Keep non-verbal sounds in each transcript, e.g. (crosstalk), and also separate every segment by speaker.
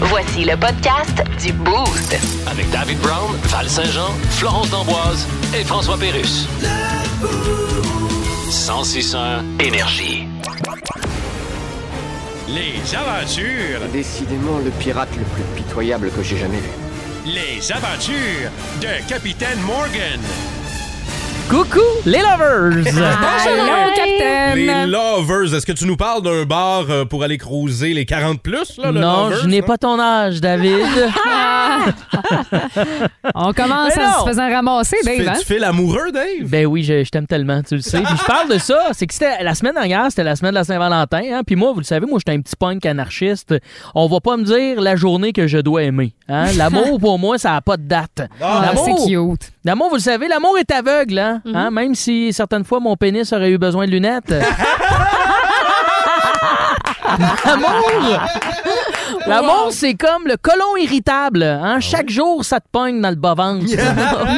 Speaker 1: Voici le podcast du Boost.
Speaker 2: Avec David Brown, Val Saint-Jean, Florence D'Amboise et François Pérus. 1061 Énergie.
Speaker 3: Les aventures,
Speaker 4: Décidément le pirate le plus pitoyable que j'ai jamais vu.
Speaker 3: les aventures de Capitaine Morgan.
Speaker 5: Coucou, les lovers!
Speaker 6: Allô, Captain!
Speaker 7: Les Lovers, est-ce que tu nous parles d'un bar euh, pour aller cruiser les 40 plus? Là, le
Speaker 5: non,
Speaker 7: Lovers,
Speaker 5: je n'ai
Speaker 7: hein?
Speaker 5: pas ton âge, David. (laughs)
Speaker 6: On commence
Speaker 5: Mais
Speaker 6: en
Speaker 5: non.
Speaker 6: se faisant ramasser,
Speaker 7: Tu
Speaker 6: Dave,
Speaker 7: fais,
Speaker 6: hein?
Speaker 7: tu fais l'amoureux, Dave?
Speaker 5: ben oui, je, je t'aime tellement, tu le sais. Puis je parle de ça, c'est que c'était la semaine dernière, c'était la semaine de la Saint-Valentin. Hein? Puis moi, vous le savez, moi, j'étais un petit punk anarchiste. On va pas me dire la journée que je dois aimer. hein. L'amour, pour moi, ça a pas de date.
Speaker 6: Ah,
Speaker 5: L'amour-
Speaker 6: c'est cute.
Speaker 5: L'amour, vous le savez, l'amour est aveugle, hein?
Speaker 7: Mhm.
Speaker 5: Hein? Même si certaines fois mon pénis aurait eu besoin
Speaker 7: (laughs)
Speaker 5: de lunettes. l'amour! L'amour, c'est comme le colon irritable. Hein? Chaque jour, ça te pogne dans le bas-ventre.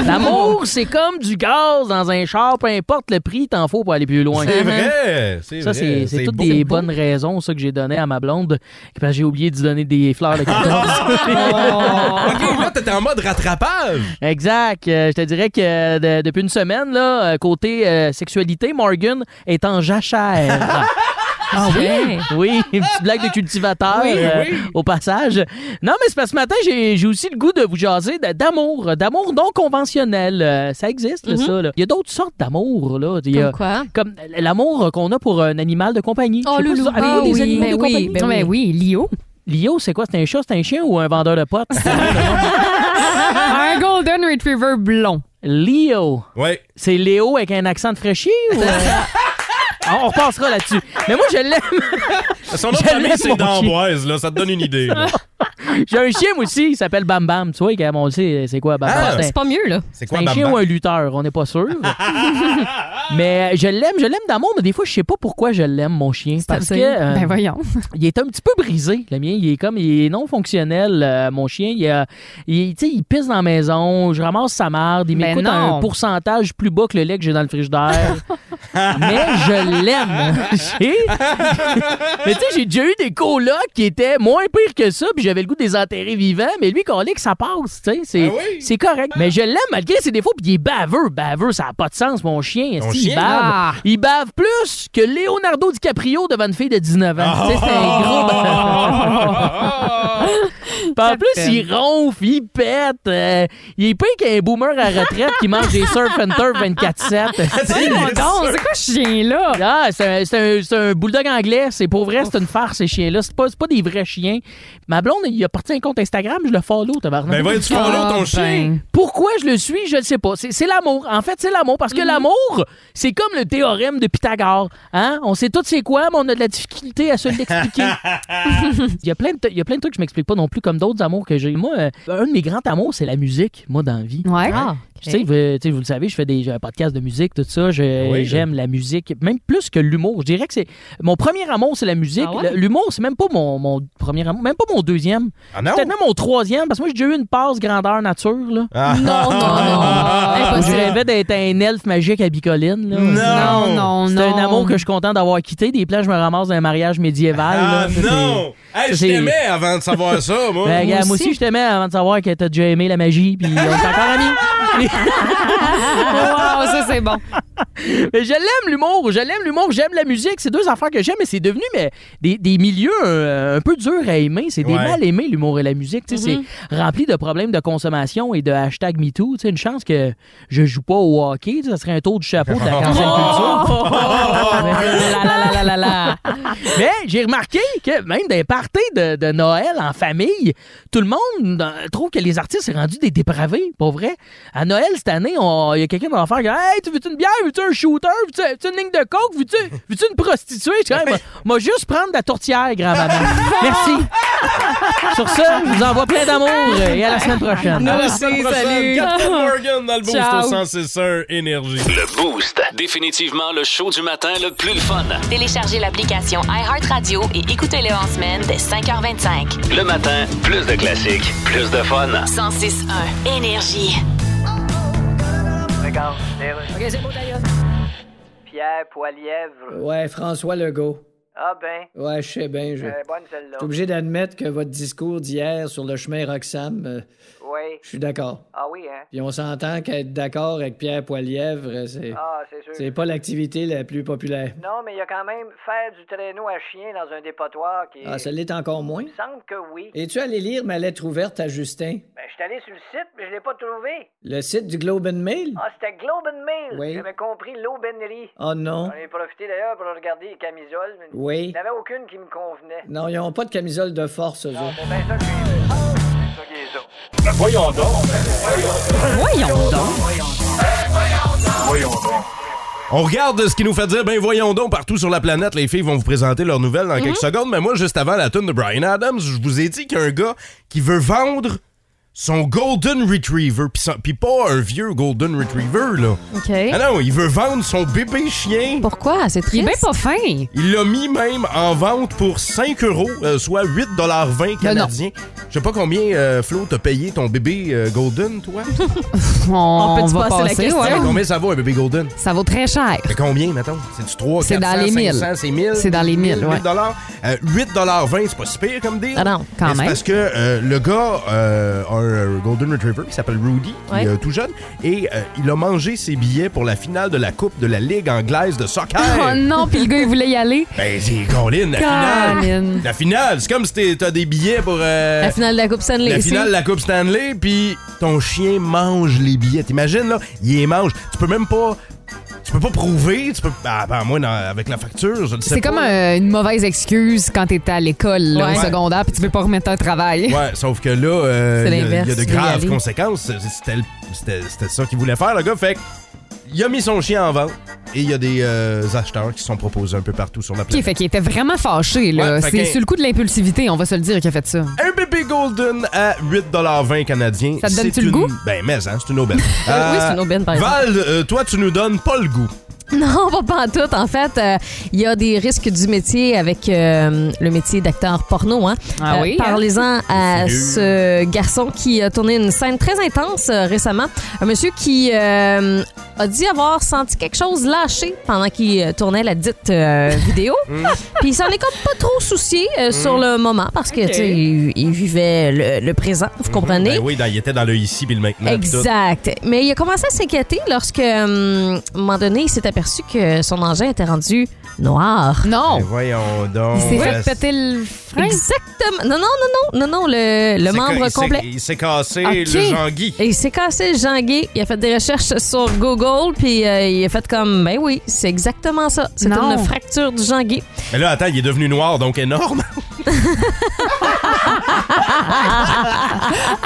Speaker 5: (laughs) l'amour, c'est comme du gaz dans un char, peu importe le prix, t'en faut pour aller plus loin.
Speaker 7: C'est vrai! c'est
Speaker 5: Uh-huh. Ça,
Speaker 7: vrai,
Speaker 5: c'est c'est toutes
Speaker 7: beau.
Speaker 5: des bonnes raisons, ça, que j'ai donné à ma blonde. parce que j'ai oublié de lui donner
Speaker 7: (laughs)
Speaker 5: des fleurs de 14.
Speaker 7: (laughs) OK, là, t'étais en mode rattrapage!
Speaker 5: Exact. Euh, je te dirais que euh, de- depuis une semaine, là, euh, côté euh, sexualité, Morgan est
Speaker 8: (laughs)
Speaker 5: en jachère.
Speaker 6: Ah oui?
Speaker 5: oui, une petite blague de cultivateur euh, au passage. Non, mais c'est parce que ce matin, j'ai j'ai aussi le goût de vous jaser de- d'amour, d'amour non conventionnel. Euh, ça existe, là, ça. là. Il y a d'autres sortes d'amour. là. Il y a-
Speaker 8: Mhm. Comme quoi?
Speaker 5: Comme l'amour qu'on a pour un animal de compagnie.
Speaker 8: Oh,
Speaker 5: Je
Speaker 8: loulou.
Speaker 5: sais pas si vous-
Speaker 8: Ah
Speaker 5: avez-vous des
Speaker 8: oui,
Speaker 5: animaux
Speaker 8: ben
Speaker 5: de
Speaker 8: oui,
Speaker 5: compagnie?
Speaker 8: ben
Speaker 6: Ben oui, Lio.
Speaker 5: Lio, c'est quoi? C'est un chat, c'est un chien ou un vendeur
Speaker 8: (laughs)
Speaker 5: de potes? Ah!
Speaker 6: Un Golden Retriever blond.
Speaker 5: Lio.
Speaker 7: Ouais.
Speaker 5: C'est Léo avec un accent de fraîchis
Speaker 7: (laughs)
Speaker 5: ou... euh, on on repassera là-dessus. Mais moi, je l'aime.
Speaker 7: Son nom de
Speaker 5: Je l'aime,
Speaker 7: famille,
Speaker 5: mon
Speaker 7: c'est d'Amboise, là. Ça te donne une idée. là.
Speaker 5: J'ai un chien, moi aussi, il s'appelle Bam Bam. Tu vois, quand on le sait, c'est quoi Bam
Speaker 7: Ah,
Speaker 5: Bam? C'est
Speaker 8: C'est pas mieux, là.
Speaker 7: C'est quoi,
Speaker 5: un, un
Speaker 7: Bam
Speaker 5: chien
Speaker 7: Bam?
Speaker 5: ou un lutteur, on n'est pas
Speaker 7: (laughs)
Speaker 5: sûr. mais je l'aime, je l'aime d'amour, mais des fois, je sais pas pourquoi je l'aime, mon chien. Parce que euh, (laughs)
Speaker 6: Ben voyons.
Speaker 5: il est un petit peu brisé, le mien. Il est comme, il est non fonctionnel, euh, mon chien. Il, euh, il, tu sais, il pisse dans la maison, je ramasse sa marde, il
Speaker 6: Ben
Speaker 5: m'écoute
Speaker 6: non.
Speaker 5: un pourcentage plus bas que le lait que j'ai dans le frigidaire. Mais je l'aime. J'ai- mais tu sais, j'ai déjà eu des colocs qui étaient moins pires que ça, puis j'avais le goût des enterrer vivants, mais lui, qu'on lit que ça passe, tu sais, c'est
Speaker 7: Ah oui?
Speaker 5: c'est correct. Mais je l'aime malgré ses défauts, puis il est baveux, baveux, ça n'a pas de sens, mon chien. Est-ce
Speaker 7: Ton
Speaker 5: qu'il
Speaker 7: chien?
Speaker 5: bave?
Speaker 6: Ah.
Speaker 5: Il bave plus que Leonardo DiCaprio devant une fille de 19 ans.
Speaker 7: Ah.
Speaker 5: Tu sais, C'est un gros Oh!
Speaker 7: ben. (laughs)
Speaker 5: (laughs) Puis en plus, il ronfle, il pète. euh, il est pire qu'un boomer à retraite qui mange des surf and turf 24-7.
Speaker 6: Voyons donc, C'est quoi ce chien-là?
Speaker 5: Ah, c'est un, c'est un- c'est un bulldog anglais. C'est pour vrai, c'est une farce, ces chiens-là. C'est pas, c'est pas des vrais chiens. Ma blonde, il a parti un compte Instagram, je le follow, tabarnak.
Speaker 7: Ben, va, tu
Speaker 6: ah,
Speaker 7: follow ton chien.
Speaker 5: Pourquoi je le suis, je ne sais pas. C'est c'est l'amour. En fait, c'est l'amour. Parce que l'amour, c'est comme le théorème de Pythagore. Hein? On sait tout c'est quoi, mais on a de la difficulté à se l'expliquer. il, y a plein de t- il y a plein de trucs que je m'explique pas non plus, comme d'autres amours que j'ai. Moi, euh, un de mes grands amours, c'est la musique, moi, dans la vie.
Speaker 6: ben. Ouais.
Speaker 8: Ah,
Speaker 5: Tu sais, vous- tu sais, vous le savez, je fais des j'ai un podcast de musique, tout ça. Je- euh,
Speaker 7: Oui.
Speaker 5: J'aime la musique, même plus que l'humour. Je dirais que c'est mon premier amour, c'est la musique.
Speaker 8: Ah ouais?
Speaker 5: Le- L'humour, c'est même pas mon, mon premier amour, même pas mon deuxième.
Speaker 7: Ah non?
Speaker 5: Peut-être même mon troisième, parce que moi, j'ai déjà eu une passe grandeur nature. Là.
Speaker 7: Ah.
Speaker 8: Non, non, non.
Speaker 5: Moi, je
Speaker 8: Impossible.
Speaker 5: rêvais d'être un elfe magique à Bicoline. là.
Speaker 7: Non.
Speaker 6: non, non.
Speaker 5: C'est un amour que je suis content d'avoir quitté. Des plans, je me ramasse d'un mariage médiéval.
Speaker 7: Ah
Speaker 5: là. Ça,
Speaker 7: non! Hey, je
Speaker 5: c'est-
Speaker 7: t'aimais avant de savoir ça,
Speaker 5: c'est-
Speaker 7: moi.
Speaker 5: (laughs) Ben, regarde, moi
Speaker 8: aussi.
Speaker 5: aussi, je t'aimais avant de savoir que t'as déjà aimé la magie, puis on est encore
Speaker 7: (laughs)
Speaker 5: amis.
Speaker 6: Wow, Ah, ça
Speaker 5: (laughs)
Speaker 6: c'est bon.
Speaker 5: Mais je l'aime l'humour, je l'aime l'humour, j'aime la musique. C'est deux affaires que j'aime, mais c'est devenu mais, des, des milieux euh, un peu durs à aimer. C'est des
Speaker 7: Ouais.
Speaker 5: mal aimés, l'humour et la musique. Tu sais, C'est rempli de problèmes de consommation et de hashtag MeToo. Tu sais, Une chance que je joue pas au hockey, ça serait un tour du chapeau de la cancel culture. (laughs)
Speaker 6: La, la, la, la, la, la.
Speaker 5: Mais j'ai remarqué que même dans les parties de, de Noël en famille, tout le monde euh, trouve que les artistes sont rendus des dépravés, pas vrai? À Noël, cette année, on- il y a quelqu'un qui va faire Hey, tu veux-tu une bière? Veux-tu un shooter? Veux-tu veux-tu une ligne de coke? Veux-tu veux une prostituée? Je dis, Hey, moi- moi, juste prendre de la tourtière, grand-maman. Merci. Sur ce, je vous envoie plein d'amour et à la semaine prochaine.
Speaker 7: À la
Speaker 6: Merci,
Speaker 7: semaine prochaine.
Speaker 6: salut.
Speaker 7: Captain Morgan dans le boost
Speaker 6: Ciao.
Speaker 7: au 106.1 Énergie.
Speaker 2: Le Boost. Définitivement le show du matin le plus le fun.
Speaker 1: Téléchargez l'application iHeartRadio et écoutez-le en semaine dès 5h25.
Speaker 2: Le matin, plus de classiques, plus de fun.
Speaker 1: 106.1 Énergie.
Speaker 9: Pierre Poilièvre.
Speaker 10: Ouais, François Legault.
Speaker 9: Ah ben.
Speaker 10: Ouais, je sais bien. Je
Speaker 9: Euh, bonne celle-là.
Speaker 10: je suis obligé d'admettre que votre discours d'hier sur le chemin Roxham, euh,
Speaker 9: Oui.
Speaker 10: je suis d'accord.
Speaker 9: Ah oui, hein?
Speaker 10: Puis on s'entend qu'être d'accord avec Pierre Poilièvre, euh, c'est
Speaker 9: Ah, c'est sûr.
Speaker 10: c'est pas l'activité la plus populaire.
Speaker 9: Non, mais il y a quand même faire du traîneau à chien dans un dépotoir qui.
Speaker 10: Ah, ça l'est encore moins.
Speaker 9: Il me semble que oui.
Speaker 10: Es-tu allé lire ma lettre ouverte à Justin?
Speaker 9: Ben, je suis allé sur le site, mais je l'ai pas trouvé.
Speaker 10: Le site du Globe and Mail?
Speaker 9: Ah, c'était Globe and Mail.
Speaker 10: Oui.
Speaker 9: J'avais compris l'aubainerie.
Speaker 10: Oh non.
Speaker 9: J'en ai profité d'ailleurs pour regarder les camisoles. mais
Speaker 10: Oui.
Speaker 9: Il n'y en avait aucune qui me convenait.
Speaker 10: Non, ils ont pas de camisole de force, eux autres.
Speaker 9: Ben, ça, j'ai-
Speaker 2: Voyons donc.
Speaker 6: Voyons donc.
Speaker 2: Voyons donc.
Speaker 7: On regarde ce qui nous fait dire, ben voyons donc, partout sur la planète, les filles vont vous présenter leurs nouvelles dans quelques secondes. Mais moi, juste avant la tune de Brian Adams, je vous ai dit qu'il y a un gars qui veut vendre son Golden Retriever. Puis ça- Puis pas un vieux Golden Retriever, là.
Speaker 6: OK.
Speaker 7: Ah non, il veut vendre son bébé chien.
Speaker 6: Pourquoi? C'est triste. Il est bien pas fin.
Speaker 7: Il l'a mis même en vente pour 5 euros, euh, soit 8,20 canadiens. Je sais pas combien, euh, Flo, t'as payé ton bébé euh, Golden,
Speaker 6: (laughs)
Speaker 7: toi? Ah,
Speaker 6: On,
Speaker 11: peut-tu
Speaker 6: va
Speaker 11: passer la
Speaker 6: passer,
Speaker 11: question?
Speaker 6: ouais.
Speaker 7: Combien ça vaut, un bébé Golden?
Speaker 6: Ça vaut très cher.
Speaker 7: Mais combien, mettons? C'est-tu 3,
Speaker 6: C'est dans les
Speaker 7: 400,
Speaker 6: 1000.
Speaker 7: 500, c'est 1000?
Speaker 6: C'est dans les 1000, ouais.
Speaker 7: 1000 dollars. Euh, 8,20 c'est pas si pire comme deal.
Speaker 6: Ah non, quand
Speaker 7: Mais c'est
Speaker 6: même.
Speaker 7: parce que euh, le gars euh, a un Golden Retriever qui s'appelle Rudy, qui
Speaker 6: Ouais.
Speaker 7: est euh, tout jeune, et euh, il a mangé ses billets pour la finale de la Coupe de la Ligue anglaise de soccer.
Speaker 6: (laughs) Oh non, puis le gars, il voulait y aller.
Speaker 7: Ben, c'est Colin, la
Speaker 6: Colin.
Speaker 7: finale. La finale, c'est comme si t'es- t'as des billets pour. euh,
Speaker 11: La finale de la Coupe Stanley.
Speaker 7: la
Speaker 11: ici.
Speaker 7: finale de la Coupe Stanley, puis ton chien mange les billets. T'imagines, là? Il les mange. Tu peux même pas. Tu peux pas prouver. Tu peux. Ah, ben, moi, dans- avec la facture, je ne sais
Speaker 6: C'est
Speaker 7: pas.
Speaker 6: comme un- une mauvaise excuse quand t'étais à l'école, là,
Speaker 7: Ouais.
Speaker 6: au secondaire, puis tu peux pas remettre un travail.
Speaker 7: Ouais, sauf que là, euh,
Speaker 6: C'est
Speaker 7: il y a- il y a
Speaker 6: l'inverse,
Speaker 7: de
Speaker 6: il y
Speaker 7: graves
Speaker 6: aller.
Speaker 7: conséquences. C'est- C'était le- c'était- c'était ça qu'il voulait faire, le gars. Fait que, il a mis son chien en vente et il y a des euh, acheteurs qui se sont proposés un peu partout sur la
Speaker 6: (laughs) OK,
Speaker 7: planète.
Speaker 6: fait qu'il était vraiment fâché, là.
Speaker 7: Ouais, fait
Speaker 6: c'est
Speaker 7: que-
Speaker 6: sur le coup de l'impulsivité, on va se le dire, qu'il a fait ça.
Speaker 7: Un bébé golden à 8,20 canadiens.
Speaker 6: Ça te donne-tu
Speaker 7: C'est
Speaker 6: le
Speaker 7: une-
Speaker 6: goût?
Speaker 7: Ben, mais, hein, c'est une
Speaker 6: (laughs)
Speaker 7: aubaine.
Speaker 11: Euh, oui, c'est une aubaine, par
Speaker 7: Val, euh, toi, tu nous donnes pas le goût.
Speaker 11: Non, pas pantoute. En fait, euh, il y a des risques du métier avec euh, le métier d'acteur porno. Hein?
Speaker 6: Ah oui, hein?
Speaker 11: Parlez-en à
Speaker 6: Une figure.
Speaker 11: ce garçon qui a tourné une scène très intense euh, récemment. Un monsieur qui euh, a dit avoir senti quelque chose lâcher pendant qu'il euh, tournait la dite euh, vidéo. Puis il s'en est comme pas trop soucié euh, sur le moment parce que
Speaker 7: Ok.
Speaker 11: tu sais, il, il vivait le, le présent, vous comprenez?
Speaker 7: Ben oui, dans- il était dans le ici puis le maintenant. puis tout.
Speaker 11: Exact. Mais il a commencé à s'inquiéter lorsque, hum, à un moment donné, il s'est aperçu que son engin était rendu noir.
Speaker 6: Non.
Speaker 7: Ben voyons donc.
Speaker 11: Il s'est fait
Speaker 7: Euh,
Speaker 6: péter le frein.
Speaker 11: Exactement. Non, non, non, non, non, non, le, le
Speaker 7: c'est ca-
Speaker 11: membre
Speaker 7: il s'est-
Speaker 11: complet.
Speaker 7: Il s'est cassé
Speaker 11: Ok.
Speaker 7: le jangui.
Speaker 11: Et il s'est cassé le janguier. Il a fait des recherches sur Google, puis euh, il a fait comme, ben oui, c'est exactement ça. C'est
Speaker 6: Non.
Speaker 11: une fracture du janguier.
Speaker 7: Mais là, attends, il est devenu noir, donc
Speaker 11: (laughs)
Speaker 7: énorme.
Speaker 6: Ah,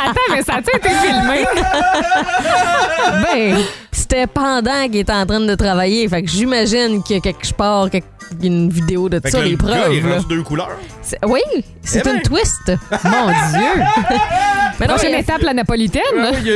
Speaker 6: Attends, mais ça a-tu
Speaker 7: (laughs)
Speaker 6: été filmé? ben,
Speaker 11: c'était pendant qu'il était en train de travailler. Fait que j'imagine qu'il y a quelque part quelque- une vidéo de
Speaker 7: Fait que
Speaker 11: ça,
Speaker 7: là,
Speaker 11: les
Speaker 7: le gars,
Speaker 11: preuves.
Speaker 7: il est
Speaker 11: là.
Speaker 7: rendu deux couleurs.
Speaker 11: C'est- Oui, c'est
Speaker 7: Eh ben. (laughs)
Speaker 11: une twist.
Speaker 6: mon Dieu.
Speaker 11: Mais non,
Speaker 6: Prochaine
Speaker 11: il a-
Speaker 6: étape, la napolitaine.
Speaker 11: (laughs)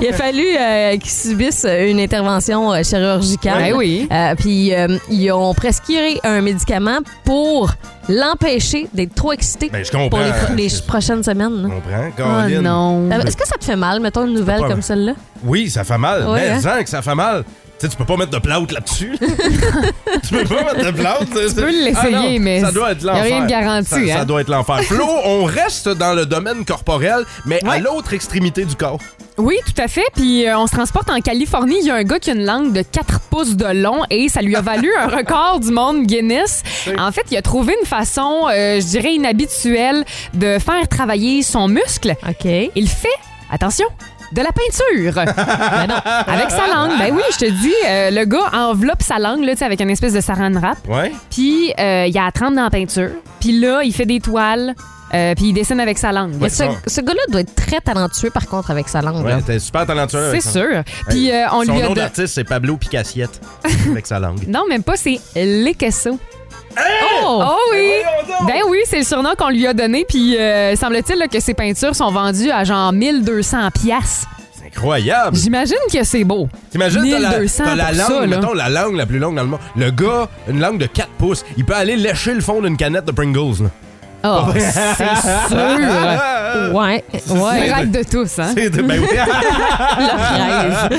Speaker 11: Il a fallu euh, qu'ils subissent une intervention euh, chirurgicale.
Speaker 6: Ben oui.
Speaker 11: Euh, puis euh, ils ont prescrit un médicament pour l'empêcher d'être trop excité
Speaker 7: Ben, je comprends.
Speaker 11: pour les, pro- les
Speaker 7: Je
Speaker 11: prochaines semaines. là.
Speaker 7: comprends,
Speaker 6: Oh
Speaker 7: Colin.
Speaker 6: non.
Speaker 11: Euh, Est-ce que ça te fait mal, mettons, une nouvelle
Speaker 7: pas
Speaker 11: comme
Speaker 7: mal.
Speaker 11: celle-là?
Speaker 7: Oui, ça fait mal.
Speaker 11: Ouais,
Speaker 7: mais
Speaker 11: hein?
Speaker 7: hein, que ça fait mal. Tu sais, tu peux pas mettre de plâtre là-dessus. (laughs) tu peux pas mettre de plâtre. Tu
Speaker 6: peux l'essayer, mais
Speaker 7: Ça doit être
Speaker 6: y a
Speaker 7: l'enfer.
Speaker 6: rien de garanti,
Speaker 7: Ça, ça
Speaker 6: hein?
Speaker 7: doit être l'enfer. Flo, on reste dans le domaine corporel, mais à l'autre extrémité du corps.
Speaker 6: Oui, tout à fait. Puis euh, on se transporte en Californie. Il y a un gars qui a une langue de 4 pouces de long et ça lui a valu un record du monde Guinness. En fait, il a trouvé une façon, euh, je dirais, inhabituelle de faire travailler son muscle.
Speaker 11: OK. Mais
Speaker 6: Il fait, attention, de la
Speaker 7: (laughs)
Speaker 6: peinture. Ben
Speaker 11: non.
Speaker 6: Avec sa langue. Ben oui, je te dis, euh, le gars enveloppe sa langue là, tu sais, avec une espèce de saran wrap.
Speaker 7: Ouais.
Speaker 6: Puis euh, il la trempe dans la peinture. Puis là, il fait des toiles. euh, puis il dessine avec sa langue.
Speaker 11: Mais
Speaker 7: Ouais,
Speaker 11: ce,
Speaker 7: non.
Speaker 11: ce gars-là doit être très talentueux, par contre, avec sa langue. là.
Speaker 7: Ouais, t'es super talentueux.
Speaker 6: C'est
Speaker 7: avec ça.
Speaker 6: sûr. Puis euh, on
Speaker 7: Son
Speaker 6: lui a
Speaker 7: nom
Speaker 6: don-
Speaker 7: d'artiste, c'est Pablo
Speaker 6: (laughs)
Speaker 7: Picassiette, avec sa langue.
Speaker 6: Non, même pas, c'est Lekesso.
Speaker 7: Hein?
Speaker 11: Oh!
Speaker 7: Ah
Speaker 6: Oh oui! Ben oui, c'est le surnom qu'on lui a donné. Puis euh, semble-t-il là, que ses peintures sont vendues à genre 1200 piastres.
Speaker 7: C'est incroyable.
Speaker 6: J'imagine que c'est beau.
Speaker 7: T'imagines, t'as la,
Speaker 6: 1200
Speaker 7: t'as la
Speaker 6: pour
Speaker 7: langue,
Speaker 6: ça, là.
Speaker 7: mettons, la langue la plus longue dans le monde. Le gars, une langue de 4 pouces, il peut aller lécher le fond d'une canette de Pringles. là. Ah,
Speaker 6: Oh,
Speaker 7: (laughs)
Speaker 6: c'est sûr!
Speaker 11: Ouais, ouais.
Speaker 6: (laughs) Rêve de tous, hein?
Speaker 7: C'est de- ben oui.
Speaker 11: Leur rêve.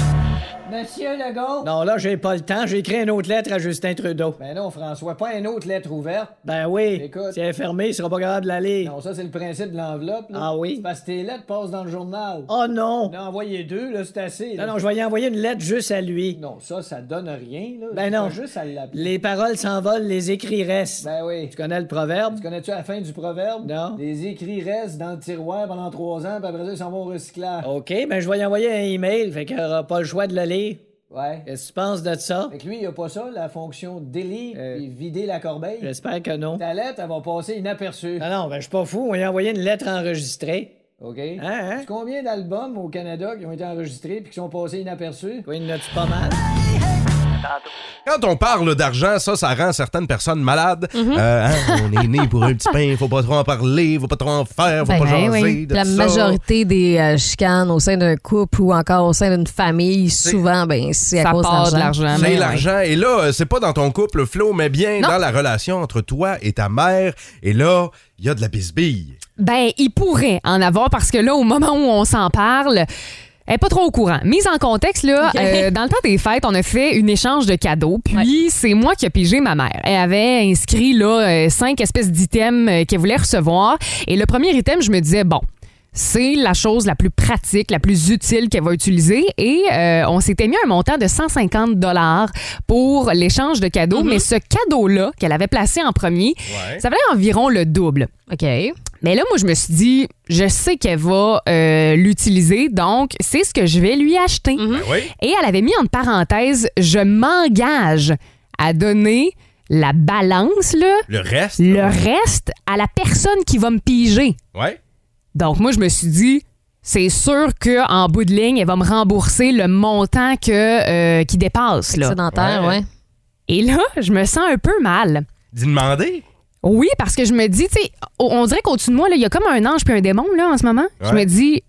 Speaker 10: Monsieur Legault. Non, là, j'ai pas le temps. J'ai écrit une autre lettre à Justin Trudeau. Ben non, François, pas une autre lettre ouverte. Ben oui. Écoute. Si elle est fermée, il sera pas capable de l'aller. Non, ça, c'est le principe de l'enveloppe. Ah oui. parce que tes lettres passent dans le journal. Oh non. On a envoyé deux, là, c'est assez. Non, non, je vais y envoyer une lettre juste à lui. Non, ça, ça donne rien, là. Ben non.
Speaker 9: Juste à l'appeler.
Speaker 10: Les paroles s'envolent, les écrits restent. Ben oui. Tu connais le proverbe? Tu connais-tu la fin du proverbe? Non. Les écrits restent dans le tiroir pendant trois ans, puis après ça, ils s'en vont au recyclage. OK, ben je vais y envoyer un email, fait qu'il aura pas le choix de le lire. Ouais. Qu'est-ce que tu penses de ça? Fait que lui, il a pas ça, la fonction délit et vider la corbeille. J'espère que non. Ta lettre, elle va passer inaperçue. Non, non, ben je suis pas fou. On lui a envoyé une lettre enregistrée. OK. Hein, hein? Combien d'albums au Canada qui ont été enregistrés puis qui sont passés inaperçus? Oui, il y en a-tu pas mal?
Speaker 7: Quand on parle d'argent, ça, ça rend certaines personnes malades.
Speaker 6: Mm-hmm.
Speaker 7: Euh, hein, on est né pour un petit pain, faut pas trop en parler, faut pas trop en faire, faut
Speaker 11: Ben
Speaker 7: pas jaser
Speaker 11: oui.
Speaker 7: de
Speaker 11: La
Speaker 7: tout ça.
Speaker 11: majorité des euh, chicanes au sein d'un couple ou encore au sein d'une famille, souvent, ben, c'est à
Speaker 6: ça
Speaker 11: cause
Speaker 6: part de
Speaker 11: Hein,
Speaker 6: l'argent,
Speaker 11: ben
Speaker 7: C'est l'argent. Et là, euh, c'est pas dans ton couple, Flo, mais bien dans la relation entre toi et ta mère. Et là, il y a de la bisbille.
Speaker 6: Ben, il pourrait en avoir parce que là, au moment où on s'en parle, elle est pas trop au courant. Mise en contexte, là,
Speaker 11: Ok.
Speaker 6: euh, dans le temps des fêtes, on a fait une échange de cadeaux. Puis c'est moi qui ai pigé ma mère. Elle avait inscrit là euh, cinq espèces d'items euh, qu'elle voulait recevoir. Et le premier item, je me disais bon. C'est la chose la plus pratique, la plus utile qu'elle va utiliser. Et euh, on s'était mis un montant de 150 dollars pour l'échange de cadeaux. Mais ce cadeau-là qu'elle avait placé en premier, ça valait environ le double.
Speaker 11: OK.
Speaker 6: Mais là, moi, je me suis dit, je sais qu'elle va euh, l'utiliser, donc c'est ce que je vais lui acheter.
Speaker 11: Hmm.
Speaker 7: Ben
Speaker 6: Et elle avait mis en parenthèse, je m'engage à donner la balance, là,
Speaker 7: Le reste.
Speaker 6: le reste, à la personne qui va me piger.
Speaker 7: Ouais.
Speaker 6: Donc, moi, je me suis dit, c'est sûr qu'en bout de ligne, elle va me rembourser le montant que, euh, qui dépasse. Là.
Speaker 11: Excédentaire, ouais.
Speaker 6: Et là, je me sens un peu mal.
Speaker 7: D'y demander.
Speaker 6: Oui, parce que je me dis, tu sais, on- on dirait qu'au-dessus de moi, là, il y a comme un ange puis un démon là, en ce moment. Je
Speaker 7: Ouais.
Speaker 6: me dis,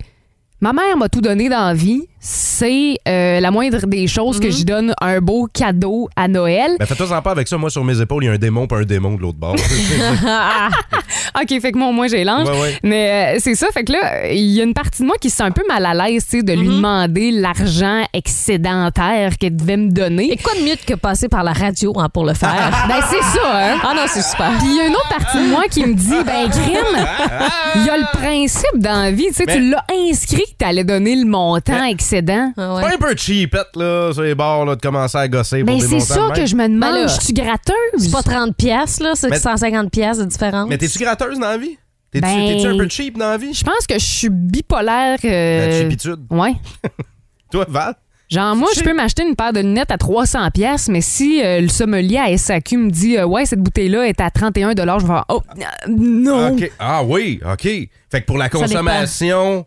Speaker 6: ma mère m'a tout donné dans la vie. C'est euh, la moindre des choses que je donne un beau cadeau à Noël.
Speaker 7: Ben, fais-toi en pas avec ça. Moi, sur mes épaules, il y a un démon pas un démon de l'autre bord. (laughs)
Speaker 6: OK, fait que moi, au moins, j'ai l'ange.
Speaker 7: Ouais, ouais.
Speaker 6: Mais euh, c'est ça, fait que là, il y a une partie de moi qui se sent un peu mal à l'aise, tu sais, de lui demander l'argent excédentaire qu'elle devait me donner.
Speaker 11: Et quoi de mieux que passer par la radio hein, pour le
Speaker 6: (laughs)
Speaker 11: faire?
Speaker 6: Ben, c'est ça, hein?
Speaker 11: Ah non, c'est super.
Speaker 6: Puis il y a une autre partie de moi qui me dit, ben,
Speaker 7: Ah,
Speaker 6: crime, il y a le principe dans la vie. Tu sais,
Speaker 7: Mais-
Speaker 6: tu l'as inscrit que t'allais donner le montant excédent.
Speaker 11: Ah
Speaker 7: Pas
Speaker 11: ouais.
Speaker 7: un peu cheapette, là, sur les bords, là, de commencer à gosser
Speaker 6: Ben,
Speaker 7: pour des
Speaker 6: c'est
Speaker 7: montants
Speaker 6: ça
Speaker 7: de même.
Speaker 6: que je me
Speaker 11: Ben
Speaker 6: demande.
Speaker 11: là,
Speaker 6: Je suis gratteuse.
Speaker 11: C'est pas 30 pièces là, c'est
Speaker 7: Mais-
Speaker 11: 150 pièces de différence.
Speaker 7: Mais t'es-tu gratteuse dans la vie? T'es-tu
Speaker 6: Ben-
Speaker 7: t'es-tu un peu cheap dans la vie?
Speaker 6: Je pense que je suis bipolaire. euh,
Speaker 7: La cheapitude.
Speaker 6: Ouais.
Speaker 7: Toi, Val?
Speaker 6: Genre, moi, je peux m'acheter une paire de lunettes à 300 pièces, mais si euh, le sommelier à SAQ me dit euh, Ouais, cette bouteille-là est à 31 je vais faire
Speaker 11: (laughs)
Speaker 6: Oh, euh, non.
Speaker 7: OK. Ah oui, OK. Fait que pour la
Speaker 11: dépend.
Speaker 7: consommation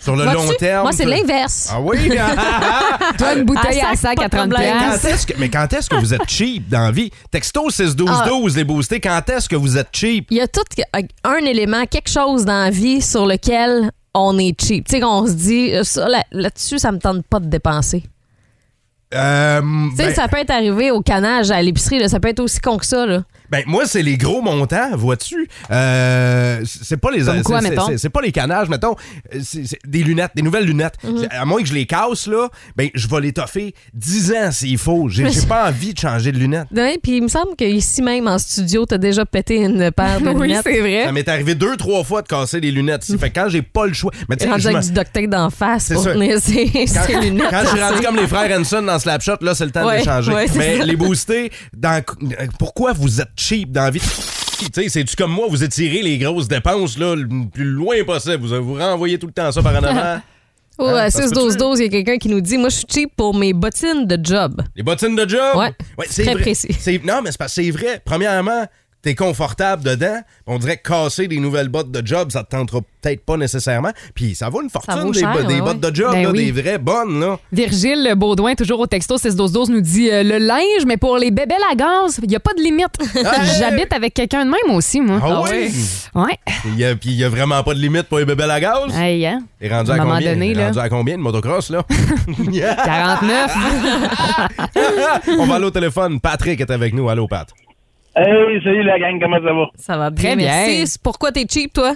Speaker 7: sur le
Speaker 11: Vois-tu?
Speaker 7: long terme...
Speaker 11: Moi, c'est
Speaker 7: toi-
Speaker 11: l'inverse.
Speaker 7: Ah oui? Ah,
Speaker 11: (laughs)
Speaker 7: ah, ah.
Speaker 6: Toi, une bouteille
Speaker 11: À
Speaker 6: à
Speaker 11: sac,
Speaker 6: sac
Speaker 11: pas
Speaker 6: à
Speaker 11: de
Speaker 6: 30
Speaker 11: problème.
Speaker 7: Quand est-ce que- mais quand est-ce que vous êtes cheap dans la vie? Texto 6-12-12,
Speaker 11: Ah.
Speaker 7: les boostés, quand est-ce que vous êtes cheap?
Speaker 11: Il y a tout euh, un élément, quelque chose dans la vie sur lequel on est cheap. Tu sais, qu'on se dit, euh, ça, là- là-dessus, ça me tente pas de dépenser.
Speaker 7: Euh,
Speaker 11: Tu sais,
Speaker 7: ben,
Speaker 11: ça peut être arrivé au canage, à l'épicerie, là, ça peut être aussi con que ça. Là.
Speaker 7: ben, moi, c'est les gros montants, vois-tu? Euh, c'est pas les...
Speaker 6: Comme quoi,
Speaker 7: c'est- c'est-
Speaker 6: mettons?
Speaker 7: c'est- C'est pas les canages, mettons. euh, c'est- c'est des lunettes, des nouvelles lunettes.
Speaker 11: Mm-hmm.
Speaker 7: À moins que je les casse, là, ben, je vais les toffer 10 ans s'il faut. J'ai j'ai pas envie de changer de lunettes.
Speaker 11: Ouais, Puis il me semble qu'ici même, en studio, t'as déjà pété une paire de
Speaker 6: (laughs) oui,
Speaker 11: lunettes.
Speaker 6: c'est vrai.
Speaker 7: Ça m'est arrivé deux, trois fois de casser les lunettes. ici. Fait que quand j'ai pas le choix. Mais tu sais,
Speaker 11: Mm. Rendu
Speaker 7: je me-
Speaker 11: avec du duct tape d'en face
Speaker 7: C'est
Speaker 11: pour
Speaker 7: ça.
Speaker 11: tenir (laughs) ses,
Speaker 7: quand,
Speaker 11: ses lunettes.
Speaker 7: quand je suis rendu comme les frères Hanson dans Slapshot, là, c'est le temps
Speaker 11: Ouais,
Speaker 7: d'échanger.
Speaker 11: ouais, c'est
Speaker 7: Mais
Speaker 11: ça.
Speaker 7: les boostés, dans... pourquoi vous êtes cheap dans la vie? Tu sais, C'est-tu comme moi, vous étirez les grosses dépenses là, le plus loin possible. Vous vous renvoyez tout le temps ça par en
Speaker 11: (laughs)
Speaker 7: avant.
Speaker 11: Ou
Speaker 7: Hein,
Speaker 11: à
Speaker 7: ça se
Speaker 11: 6-12-12, il y a quelqu'un qui nous dit Moi, je suis cheap pour mes bottines de job.
Speaker 7: Les bottines de job.
Speaker 11: Ouais,
Speaker 7: c'est
Speaker 11: très
Speaker 7: vrai.
Speaker 11: précis.
Speaker 7: C'est- Non, mais c'est parce que c'est vrai. Premièrement, t'es confortable dedans. On dirait que casser des nouvelles bottes de job, ça te tentera peut-être pas nécessairement. Puis ça vaut une fortune,
Speaker 6: vaut
Speaker 7: des,
Speaker 6: cher,
Speaker 7: bo- des
Speaker 6: ouais,
Speaker 7: bottes de job,
Speaker 6: ouais.
Speaker 7: là,
Speaker 6: Ben oui.
Speaker 7: des vraies bonnes. Là.
Speaker 6: Virgile Baudouin, toujours au texto 61212, nous dit euh, le linge, mais pour les bébés à gaz, il n'y a pas de limite.
Speaker 11: (laughs)
Speaker 6: J'habite avec quelqu'un de même aussi, moi.
Speaker 7: Ah oui?
Speaker 6: Ouais.
Speaker 7: Il y a- Puis il y a vraiment pas de limite pour les bébés à la gaz.
Speaker 6: Hey, hein?
Speaker 7: T'es rendu à,
Speaker 6: À un moment
Speaker 7: combien?
Speaker 6: donné,
Speaker 7: T'es
Speaker 6: là. (laughs)
Speaker 7: rendu à combien de motocross, là? (laughs)
Speaker 11: (laughs)
Speaker 6: 49.
Speaker 7: On va aller au téléphone. Patrick est avec nous. Allô, Pat.
Speaker 12: Hey, Eh salut la gang, comment ça va?
Speaker 11: Ça va bien, Très bien. merci. C'est
Speaker 12: Pourquoi t'es cheap, toi?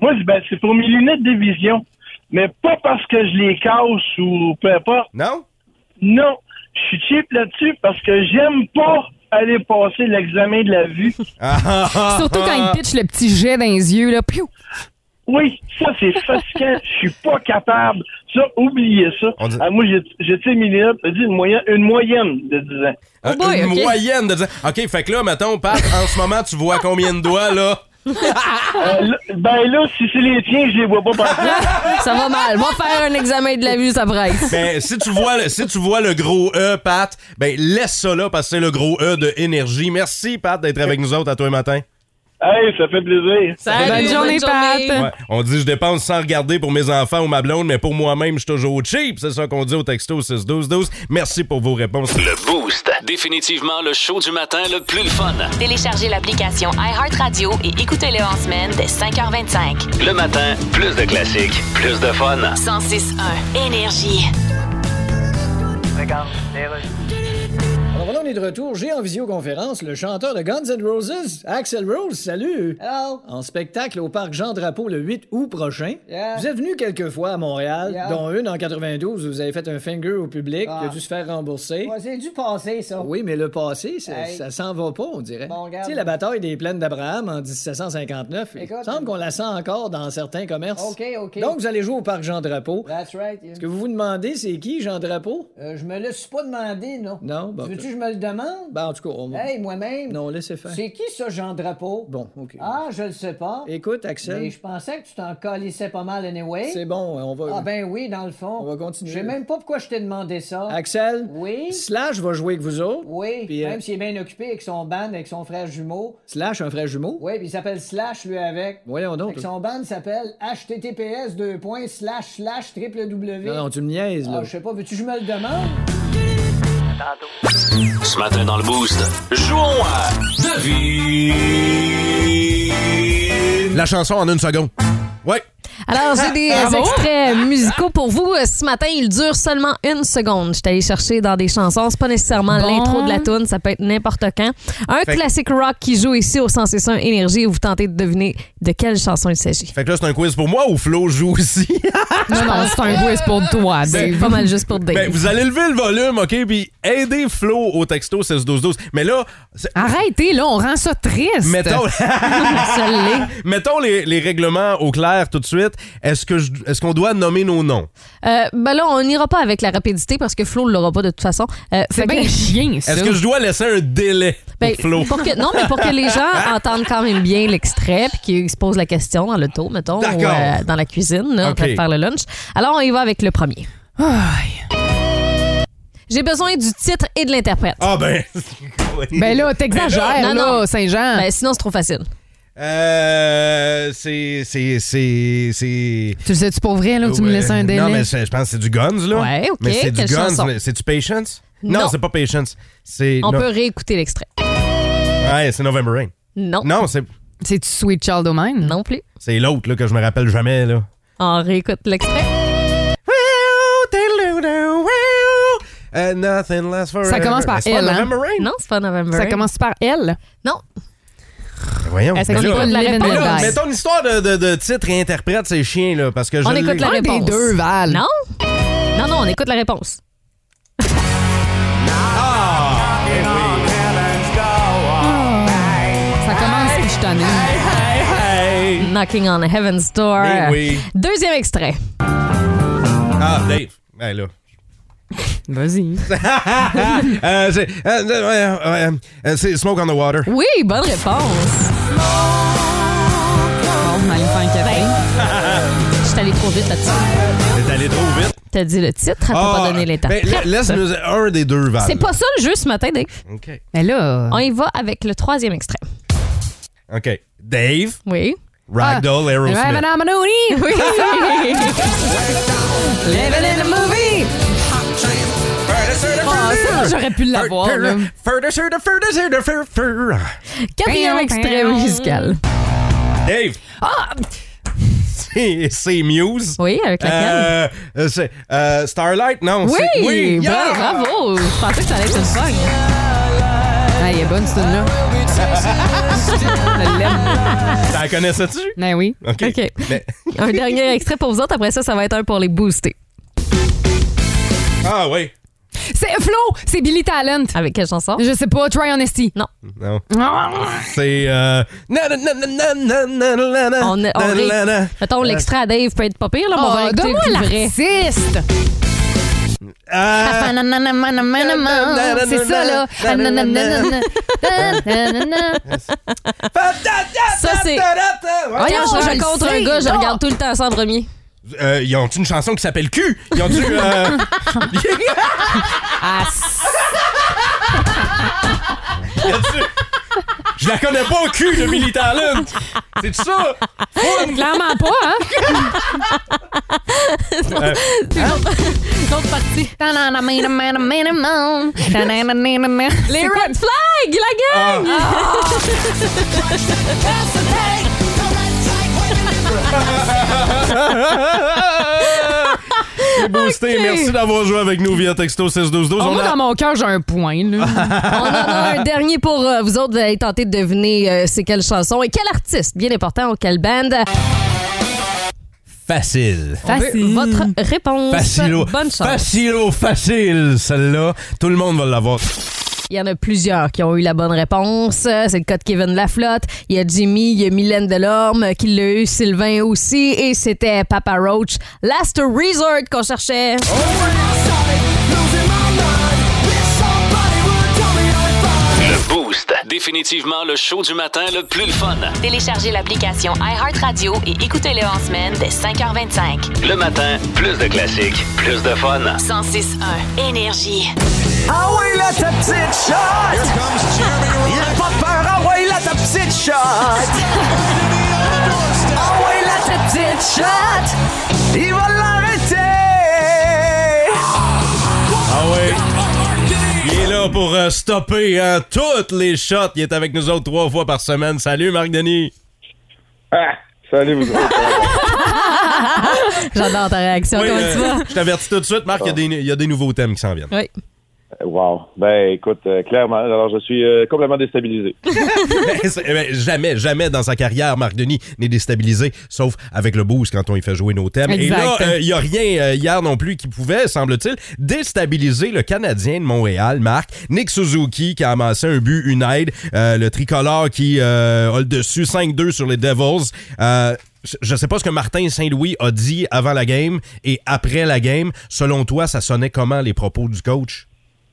Speaker 12: Moi, c'est- ben, c'est pour mes lunettes de vision. Mais pas parce que je les casse ou peu importe.
Speaker 7: Non? (laughs)
Speaker 12: Non. Je suis cheap là-dessus parce que j'aime pas aller passer l'examen de la vue.
Speaker 6: Surtout quand il pitch le petit jet dans les yeux, là. Piou!
Speaker 12: Oui, ça c'est fatigant. Je suis pas capable. Ça, oubliez ça. Ah, moi, j'ai- j'ai tiré mes lunettes, j'ai dit une moyenne, une moyenne de 10 ans.
Speaker 7: Euh, une moyenne de dire. OK, fait que là, mettons, Pat, en ce moment, tu vois combien de doigts, là?
Speaker 12: Euh, là- ben là, si c'est les tiens, je les vois pas partout.
Speaker 11: Ça va mal. Va faire un examen de la vue, ça presse.
Speaker 7: Ben, si tu vois le, si tu vois le gros E, Pat, ben, laisse ça là parce que c'est le gros E de énergie. Merci, Pat, d'être avec nous autres à toi matin.
Speaker 12: Hey, ça fait plaisir.
Speaker 11: Salut,
Speaker 6: Bonne journée, Pat.
Speaker 7: Ouais, on dit je dépense sans regarder pour mes enfants ou ma blonde, mais pour moi-même, je suis toujours cheap. C'est ça qu'on dit au texto 61212. Merci pour vos réponses.
Speaker 2: Le Boost. Définitivement le show du matin le plus le fun.
Speaker 1: Téléchargez l'application iHeartRadio et écoutez-le en semaine dès 5h25.
Speaker 2: Le matin, plus de classiques, plus de fun.
Speaker 1: 106.1 Énergie.
Speaker 9: Regarde,
Speaker 10: Alors voilà, on est de retour. J'ai en visioconférence le chanteur de Guns N' Roses, Axel Rose. Salut! Hello! En spectacle au Parc Jean-Drapeau le 8 août prochain.
Speaker 9: Yeah.
Speaker 10: Vous êtes venu quelques fois à Montréal,
Speaker 9: Yeah.
Speaker 10: dont une en 92 où vous avez fait un finger au public
Speaker 9: Ah.
Speaker 10: qui a dû se faire rembourser.
Speaker 9: c'est du passé, ça.
Speaker 10: Oui, mais le passé, ça,
Speaker 9: Hey.
Speaker 10: ça s'en va pas, on dirait.
Speaker 9: Bon, regarde.
Speaker 10: tu sais, la bataille des plaines d'Abraham en 1759,
Speaker 9: Écoute.
Speaker 10: il semble qu'on la sent encore dans certains commerces.
Speaker 9: OK, OK.
Speaker 10: Donc, vous allez jouer au Parc Jean-Drapeau.
Speaker 9: That's right. yeah.
Speaker 10: Ce que vous vous demandez, c'est qui, Jean-Drapeau?
Speaker 9: Euh, je me laisse pas demander, non.
Speaker 10: Non? Bon,
Speaker 9: Veux-tu que je me le demande?
Speaker 10: ben, en tout cas, on va...
Speaker 9: Hey, moi-même.
Speaker 10: Non, laissez faire.
Speaker 9: C'est qui ça, Jean Drapeau?
Speaker 10: Bon, OK.
Speaker 9: Ah, je le sais pas.
Speaker 10: Écoute, Axel.
Speaker 9: Mais je pensais que tu t'en calissais pas mal anyway.
Speaker 10: C'est bon, on va.
Speaker 9: Ah ben oui, dans le fond.
Speaker 10: On va continuer.
Speaker 9: Je sais même pas pourquoi je t'ai demandé ça.
Speaker 10: Axel,
Speaker 9: Oui?
Speaker 10: Slash va jouer avec vous autres.
Speaker 9: Oui,
Speaker 10: Puis, euh,
Speaker 9: même s'il est bien occupé avec son band, avec son frère jumeau.
Speaker 10: Slash, un frère jumeau.
Speaker 9: Oui, puis il s'appelle Slash, lui, avec.
Speaker 10: Voyons donc.
Speaker 9: Fait que son band s'appelle https deux points, slash slash triple W.
Speaker 10: Non, non, tu me niaises, là.
Speaker 9: Ah, je sais pas, veux-tu que je me le demande?
Speaker 2: Ce matin dans le Boost, jouons à Devine.
Speaker 7: La chanson en une seconde. Ouais.
Speaker 11: Alors, j'ai des
Speaker 7: Bravo.
Speaker 11: extraits musicaux pour vous. Euh, Ce matin, ils durent seulement une seconde. Je suis allée chercher dans des chansons. C'est pas nécessairement
Speaker 6: Bon.
Speaker 11: l'intro de la tune, ça peut être n'importe quand. Un
Speaker 7: Fait que-
Speaker 11: classique rock qui joue ici au 101 Énergie et vous tentez de deviner de quelle chanson il s'agit.
Speaker 7: Fait que là, c'est un quiz pour moi ou Flo joue aussi?
Speaker 6: Non, non,
Speaker 11: (laughs)
Speaker 6: c'est un quiz pour toi,
Speaker 11: C'est
Speaker 6: Dave.
Speaker 11: pas mal juste pour
Speaker 7: (laughs)
Speaker 11: Dave.
Speaker 7: Ben, vous allez lever le volume, OK? Puis aider Flo au texto 61212. Mais là, c'est-
Speaker 6: Arrêtez, là, on rend ça
Speaker 7: (laughs)
Speaker 6: triste.
Speaker 7: mettons,
Speaker 11: Ça
Speaker 7: (laughs)
Speaker 11: l'est.
Speaker 7: mettons les, les règlements au clair tout de suite. Est-ce que je- est-ce qu'on doit nommer nos noms?
Speaker 11: Euh, ben là, on n'ira pas avec la rapidité parce que Flo ne l'aura pas de toute façon. Euh, fait
Speaker 6: C'est bien
Speaker 11: que-
Speaker 6: chien, ça.
Speaker 7: Est-ce que je dois laisser un délai
Speaker 11: ben,
Speaker 7: pour Flo? Hein?
Speaker 11: pour que- non, mais pour que les gens entendent quand même bien l'extrait puis qu'ils se posent la question dans le l'auto, mettons, ou
Speaker 7: D'accord.
Speaker 11: euh, dans la cuisine, là, en train
Speaker 7: Ok.
Speaker 11: de faire le lunch. Alors, on y va avec le premier.
Speaker 6: Aïe.
Speaker 11: J'ai besoin du titre et de l'interprète.
Speaker 7: Ah ben... (laughs)
Speaker 6: Ben là, t'exagères,
Speaker 11: Non, non.
Speaker 6: là, Saint-Jean.
Speaker 11: Ben, sinon, c'est trop facile.
Speaker 7: Euh, c'est... C'est... C'est... c'est-
Speaker 6: tu le sais-tu pour vrai, là, que tu me
Speaker 7: Euh,
Speaker 6: laisses un délai?
Speaker 7: Non, mais c'est- je pense que c'est du Guns, là.
Speaker 11: Ouais, ok,
Speaker 7: Mais c'est du
Speaker 11: quelle
Speaker 7: Guns.
Speaker 11: chanson?
Speaker 7: mais C'est-tu Patience? Non,
Speaker 11: Non.
Speaker 7: c'est pas Patience. C'est...
Speaker 11: On
Speaker 7: non.
Speaker 11: peut réécouter l'extrait.
Speaker 7: Ouais, c'est November Rain.
Speaker 11: Non.
Speaker 6: Oh.
Speaker 7: Non, c'est...
Speaker 6: C'est-tu Sweet Child O' Mine?
Speaker 11: Non plus.
Speaker 7: C'est l'autre là, que je me rappelle jamais. Là.
Speaker 11: On réécoute l'extrait.
Speaker 7: And nothing lasts forever.
Speaker 6: Ça commence par
Speaker 7: Mais c'est pas
Speaker 6: L, hein?
Speaker 7: November Rain.
Speaker 11: Non, c'est pas November.
Speaker 6: Ça
Speaker 11: Rain.
Speaker 6: commence par elle.
Speaker 11: Non.
Speaker 7: Mais Voyons.
Speaker 6: Elle
Speaker 7: mais
Speaker 6: s'appelle
Speaker 7: là-
Speaker 6: pas
Speaker 11: la
Speaker 6: Live and
Speaker 11: réponse.
Speaker 7: mais là,
Speaker 6: Let Die.
Speaker 7: mettons une histoire de, de- de titre et interprète, c'est chien, là, parce que je
Speaker 11: On
Speaker 7: l'ai-
Speaker 11: écoute la
Speaker 6: Un des
Speaker 11: réponse.
Speaker 6: deux, Val.
Speaker 11: Non? Non, non, on écoute la réponse.
Speaker 7: Ah! Eh
Speaker 6: Ça commence, puis je t'en ai.
Speaker 11: Knocking on Heaven's Door.
Speaker 7: Mais Eh oui.
Speaker 11: Deuxième extrait.
Speaker 7: Ah, Dave. Ouais, là.
Speaker 6: Vas-y.
Speaker 7: Euh, c'est, euh, euh, ouais, ouais, euh, c'est Smoke on the Water.
Speaker 11: Oui, bonne réponse.
Speaker 6: Bon, on va aller faire un café.
Speaker 11: Je suis allée trop vite là-dessus.
Speaker 7: T'es allé trop vite.
Speaker 11: T'as dit le titre, hein, t'as pas donné les temps.
Speaker 7: ben, la- Laisse-nous un des deux, Val.
Speaker 11: C'est pas ça le jeu ce matin, Dave.
Speaker 7: OK.
Speaker 6: Mais là...
Speaker 11: On y va avec le troisième extrait.
Speaker 7: OK. Dave.
Speaker 11: Oui.
Speaker 6: Ah.
Speaker 7: Ragdoll, Ah. Aerosmith.
Speaker 6: Raven Amanoni. Oui.
Speaker 8: Living in a movie.
Speaker 6: Ah, ça, j'aurais pu l'avoir, là.
Speaker 7: Further, further, further, further, further.
Speaker 11: Quatrième extrait musical.
Speaker 7: Dave.
Speaker 6: Ah!
Speaker 7: C'est c'est Muse.
Speaker 11: Oui, avec laquelle?
Speaker 7: Euh, c'est, euh, Starlight, non.
Speaker 11: Oui,
Speaker 7: c'est-
Speaker 11: bra-
Speaker 6: ben-
Speaker 7: yeah!
Speaker 11: bravo. Je pensais que ça allait être une pogne. Ah, il est bonne, cette là Je l'aime.
Speaker 7: T'en connaissais-tu?
Speaker 6: Ben oui.
Speaker 7: OK.
Speaker 11: OK.
Speaker 7: Mais-
Speaker 11: Un dernier extrait pour vous autres. Après ça, ça va être un pour les booster.
Speaker 7: Ah oui.
Speaker 6: C'est Flo, c'est Billy Talent.
Speaker 11: Avec quelle chanson?
Speaker 6: Je sais pas, Try Honesty.
Speaker 11: Non.
Speaker 7: Non. C'est... Euh... On,
Speaker 11: On, on rit. Mettons, l'extrait à Dave peut être pas pire, là, mais Ah, on va
Speaker 6: Oh,
Speaker 11: l'écouter
Speaker 6: donne-moi
Speaker 11: le vrai. Euh.
Speaker 6: l'artiste.
Speaker 7: Ah,
Speaker 11: Ah,
Speaker 6: C'est ça, là.
Speaker 11: (laughs) Ça, c'est.
Speaker 7: Ah!
Speaker 11: Voyons,
Speaker 6: Quand
Speaker 11: Ah, je
Speaker 6: je le
Speaker 11: compte
Speaker 6: sais,
Speaker 11: un gars, je
Speaker 6: donc.
Speaker 11: regarde tout le temps ça en premier.
Speaker 7: Euh, ils ont une chanson qui s'appelle Q. Ils ont dû. euh, (laughs)
Speaker 6: Ah,
Speaker 7: ils ont dû- Je la connais pas au cul de Billy Talent. C'est ça.
Speaker 6: Clairement pas, hein?
Speaker 7: Euh,
Speaker 11: L'autre partie.
Speaker 6: Les
Speaker 11: Les red flags, la gang!
Speaker 7: (laughs) C'est boosté.
Speaker 6: Ok.
Speaker 7: Merci d'avoir joué avec nous via texto 61212.
Speaker 6: Oh,
Speaker 7: On
Speaker 6: moi,
Speaker 7: a-
Speaker 6: dans mon cœur, j'ai un point,
Speaker 12: Ah,
Speaker 6: là.
Speaker 11: On en a un dernier pour euh, vous autres. Vous allez tenter de deviner euh, c'est quelle chanson et quel artiste, bien important, ou quelle band.
Speaker 7: Facile.
Speaker 11: On veut Votre réponse.
Speaker 7: Facilo.
Speaker 11: Bonne chance.
Speaker 7: Facilo, facile, celle-là. Tout le monde va l'avoir.
Speaker 11: Il y en a plusieurs qui ont eu la bonne réponse. Euh, C'est le cas de Kevin Laflotte. Il y a Jimmy, il y a Mylène Delorme euh, qui l'a eu, Sylvain aussi. Et c'était Papa Roach, Last Resort qu'on cherchait.
Speaker 7: Oh.
Speaker 2: Le Boost. Définitivement le show du matin le plus le fun.
Speaker 1: Téléchargez l'application iHeartRadio et écoutez-le en semaine dès 5h25.
Speaker 2: Le matin, plus de classiques, plus de fun.
Speaker 1: 106.1 Énergie.
Speaker 8: Ah oui, là, ta petite shot! Il a pas peur, ah oui, là, ta petite shot! Ah oui, là, ta petite shot! Il va l'arrêter!
Speaker 7: Ah oui. Il est là pour euh, stopper hein, toutes les shots. Il est avec nous autres trois fois par semaine. Salut, Marc Denis.
Speaker 12: Salut, vous
Speaker 11: J'adore ta réaction.
Speaker 7: Oui,
Speaker 11: Comment
Speaker 7: euh,
Speaker 11: tu vas?
Speaker 7: je t'avertis tout de suite, Marc, il y a des- il y, a des nouveaux thèmes qui s'en viennent.
Speaker 11: Oui.
Speaker 12: Wow. Ben, écoute, euh, clairement, alors je suis euh, complètement déstabilisé.
Speaker 7: Ben, c'est- ben, jamais, jamais dans sa carrière, Marc Denis n'est déstabilisé, sauf avec le boost quand on y fait jouer nos thèmes. Et
Speaker 6: Exact.
Speaker 7: là, euh, il n'y a rien euh, hier non plus qui pouvait, semble-t-il, déstabiliser le Canadien de Montréal, Marc. Nick Suzuki qui a amassé un but, une aide. Euh, le tricolore qui euh, a le dessus 5-2 sur les Devils. Euh, je- je sais pas ce que Martin Saint-Louis a dit avant la game et après la game. Selon toi, ça sonnait comment les propos du coach?
Speaker 12: (laughs)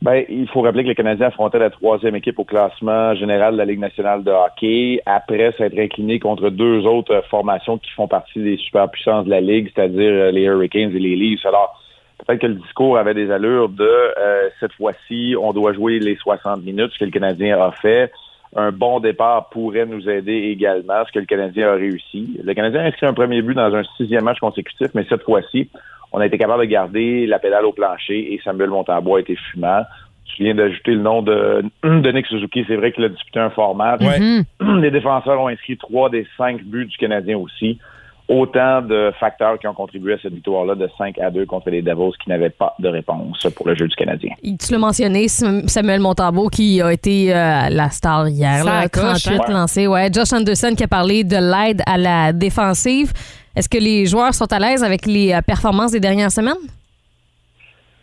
Speaker 12: Ben, il faut rappeler que les Canadiens affrontaient la troisième équipe au classement général de la Ligue nationale de hockey, après s'être inclinés contre deux autres euh, formations qui font partie des superpuissances de la Ligue, c'est-à-dire euh, les Hurricanes et les Leafs. Alors, peut-être que le discours avait des allures de euh, cette fois-ci, on doit jouer les 60 minutes, ce que le Canadien a fait. Un bon départ pourrait nous aider également, ce que le Canadien a réussi. Le Canadien a inscrit un premier but dans un sixième match consécutif, mais cette fois-ci, on a été capable de garder la pédale au plancher et Samuel Montembois a été fumant. Tu viens d'ajouter le nom de, euh, de Nick Suzuki. C'est vrai qu'il a disputé un format. Les défenseurs ont inscrit trois des cinq buts du Canadien aussi. Autant de facteurs qui ont contribué à cette victoire-là de 5 à 2 contre les Devils qui n'avaient pas de réponse pour le jeu du Canadien.
Speaker 11: Tu l'as mentionné, Sam- Samuel Montembeau qui a été euh, la star hier,
Speaker 6: Ça
Speaker 11: là,
Speaker 6: accroche,
Speaker 11: 38
Speaker 6: hein?
Speaker 11: lancé. Ouais. Josh Anderson qui a parlé de l'aide à la défensive. Est-ce que les joueurs sont à l'aise avec les euh, performances des dernières semaines?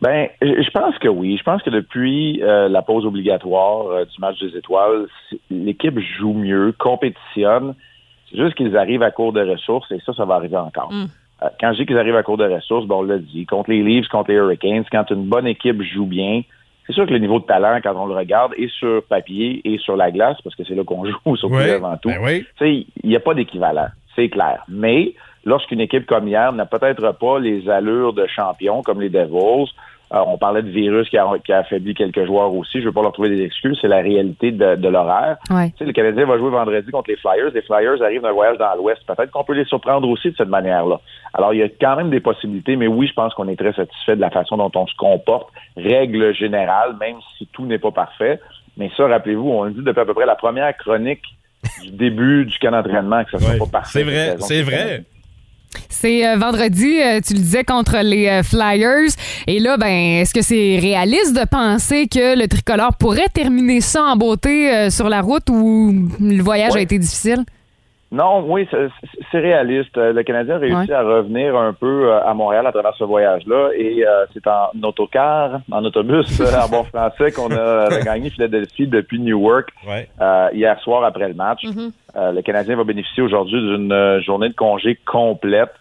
Speaker 12: Ben, je je pense que oui. Je pense que depuis euh, la pause obligatoire euh, du match des étoiles, c- l'équipe joue mieux, compétitionne. C'est juste qu'ils arrivent à court de ressources et ça, ça va arriver encore. Euh, Quand je dis qu'ils arrivent à court de ressources, bon, on l'a dit, contre les Leafs, contre les Hurricanes, quand une bonne équipe joue bien, c'est sûr que le niveau de talent, quand on le regarde, est sur papier et sur la glace, parce que c'est là qu'on (laughs) joue, surtout
Speaker 7: Ouais,
Speaker 12: avant tout.
Speaker 7: ben oui.
Speaker 12: Tu sais, il n'y a pas d'équivalent, c'est clair. Mais lorsqu'une équipe comme hier n'a peut-être pas les allures de champion, comme les Devils, Alors, on parlait de virus qui a, qui a affaibli quelques joueurs aussi. Je veux pas leur trouver des excuses. C'est la réalité de, de l'horaire.
Speaker 6: Ouais.
Speaker 12: Tu sais, le Canadien va jouer vendredi contre les Flyers. Les Flyers arrivent d'un voyage dans l'Ouest. Peut-être qu'on peut les surprendre aussi de cette manière-là. Alors, il y a quand même des possibilités, mais oui, je pense qu'on est très satisfait de la façon dont on se comporte, règle générale, même si tout n'est pas parfait. Mais ça, rappelez-vous, on le dit depuis à peu près la première chronique du début du camp d'entraînement que ça soit pas parfait.
Speaker 7: C'est vrai,
Speaker 12: Donc,
Speaker 7: c'est vrai.
Speaker 6: C'est euh, vendredi, euh, tu le disais, contre les euh, Flyers. Et là, ben, est-ce que c'est réaliste de penser que le tricolore pourrait terminer ça en beauté euh, sur la route où le voyage a
Speaker 12: Ouais.
Speaker 6: été difficile?
Speaker 12: Non, oui, c'est- c'est c'est réaliste. Euh, Le Canadien a réussi
Speaker 6: Ouais.
Speaker 12: à revenir un peu euh, à Montréal à travers ce voyage-là. Et euh, c'est en autocar, en autobus, (laughs) euh, en bon français, qu'on
Speaker 10: (laughs)
Speaker 12: a gagné Philadelphie depuis Newark euh, hier soir après le match. Euh, le Canadien va bénéficier aujourd'hui d'une euh, journée de congé complète